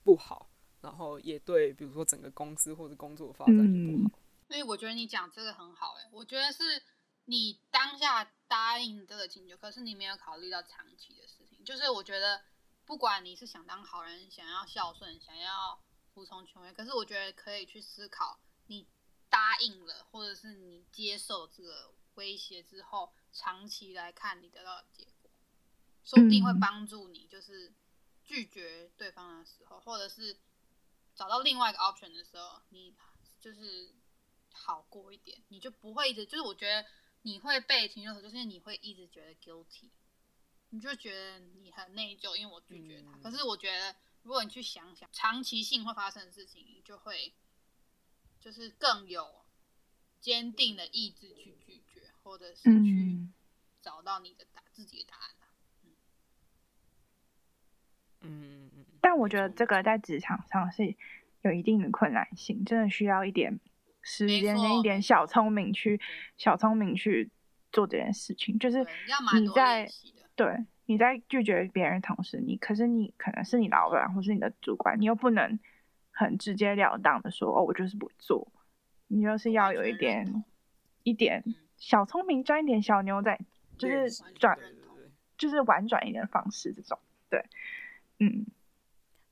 不好，然后也对比如说整个公司或者工作的发展也不好。
因为我觉得你讲这个很好、欸，哎，我觉得是你当下答应这个请求，可是你没有考虑到长期的事情。就是我觉得，不管你是想当好人、想要孝顺、想要服从权威，可是我觉得可以去思考，你答应了，或者是你接受这个威胁之后，长期来看你得到的结果，说不定会
嗯
帮助你，就是拒绝对方的时候，或者是找到另外一个 option 的时候，你就是好过一点，你就不会一直就是我觉得你会被情绪勒索，就是你会一直觉得 guilty，你就觉得你很内疚，因为我拒绝他。
嗯
可是我觉得如果你去想想长期性会发生的事情，你就会就是更有坚定的意志去拒绝，或者是去
嗯
找到你的答自己的答案啊、
嗯，嗯嗯嗯
但我觉得这个在职场上是有一定的困难性，真的需要一点时间
没错
跟一点小聪明去小聪明去做这件事情。就是
对，要蛮
你
多
在
练习的。
对你在拒绝别人的同时，你可是你可能是你老板或是你的主管，你又不能很直截了当的说哦，我就是不做，你又是要有一
完全认
点
同
一点小聪明，沾一点小牛仔，就
练
是
习
转
嗯对对对，
就是婉转一点的方式这种。对，嗯，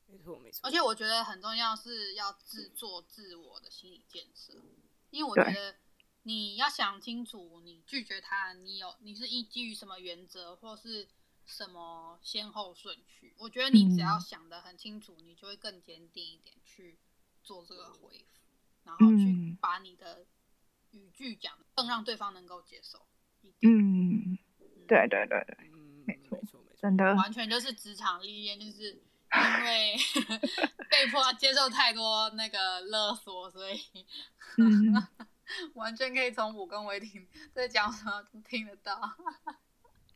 没错没错
而。且我觉得很重要是要自做自我的心理建设，因为我觉
对
得你要想清楚，你拒绝他，你有你是依基于什么原则或是什么先后顺序？我觉得你只要
嗯
想得很清楚，你就会更坚定一点去做这个回复，然后去
嗯
把你的语句讲得更让对方能够接受。一点，
嗯，对对对对，
嗯，
没
没
错
错没错。
真的
完全就是职场历练，就是因 为被迫接受太多那个勒索，所以
嗯，
完全可以从我跟维婷在讲什么都听得到。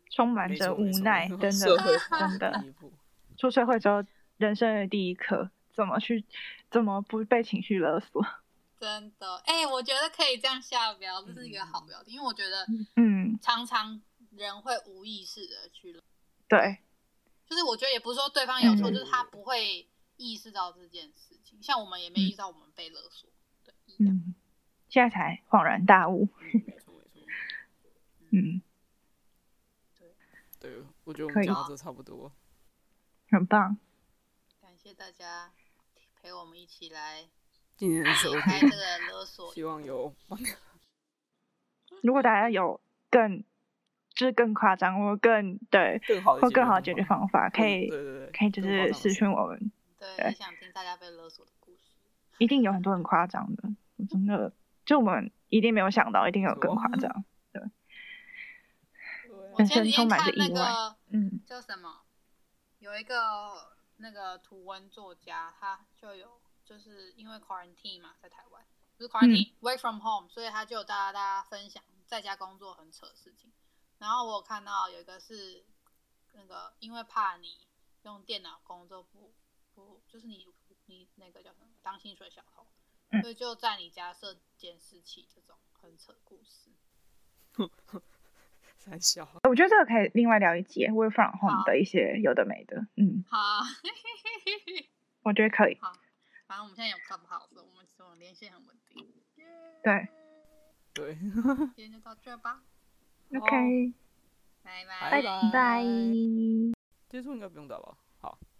充满
没
着
错
无奈，真
社会
的，
化
真的
第一步
出社会之后，人生的第一课，怎么去，怎么不被情绪勒索？
真的，哎、我觉得可以这样下标，这是一个好标题，因为我觉得
嗯，
常常人会无意识的去勒，
对，
就是我觉得也不是说对方有错，
嗯
就是他不会意识到这件事情，像我们也没意识到我们被勒索的一样。
嗯，现在才恍然大悟，
嗯没错没错。
嗯，
对，我觉得我
可
们
以
讲到这差不多。
很棒，
感谢大家陪我们一起来
今天的收
解开这
听，
个勒索
希望有帮
如果大家有更，就是更夸张或更对，
更好的
或更好的解决方法，可以，
对对对，
可以就
更夸
是
张的
私讯我们，
对，
对
你想听大家被勒索的故事。
一定有很多很夸张的，我真的，就我们一定没有想到，一定有更夸张，
对啊
我
人
前
生
几天
充满
看
着
那
意外
个
嗯
叫什么，有一个那个图文作家，他就有就是因为 quarantine 嘛，在台湾不
嗯
是 quarantine、work from home，所以他就有大家大家分享在家工作很扯的事情。然后我有看到有一个是那个因为怕你用电脑工作不不就是你你那个叫什么当薪水小偷，
嗯
所以就在你家设监视器这种很扯的故事。
三小，
我觉得这个可以另外聊一节 work from
好
home 的一些有的没的，嗯，
好。啊
我觉得可以，
反正我们现在有 Clubhouse，我们我们连线很稳定。
对
对，
今天就到这吧，
，OK，
拜
拜
拜。
拜拜。
结束应该不用打吧？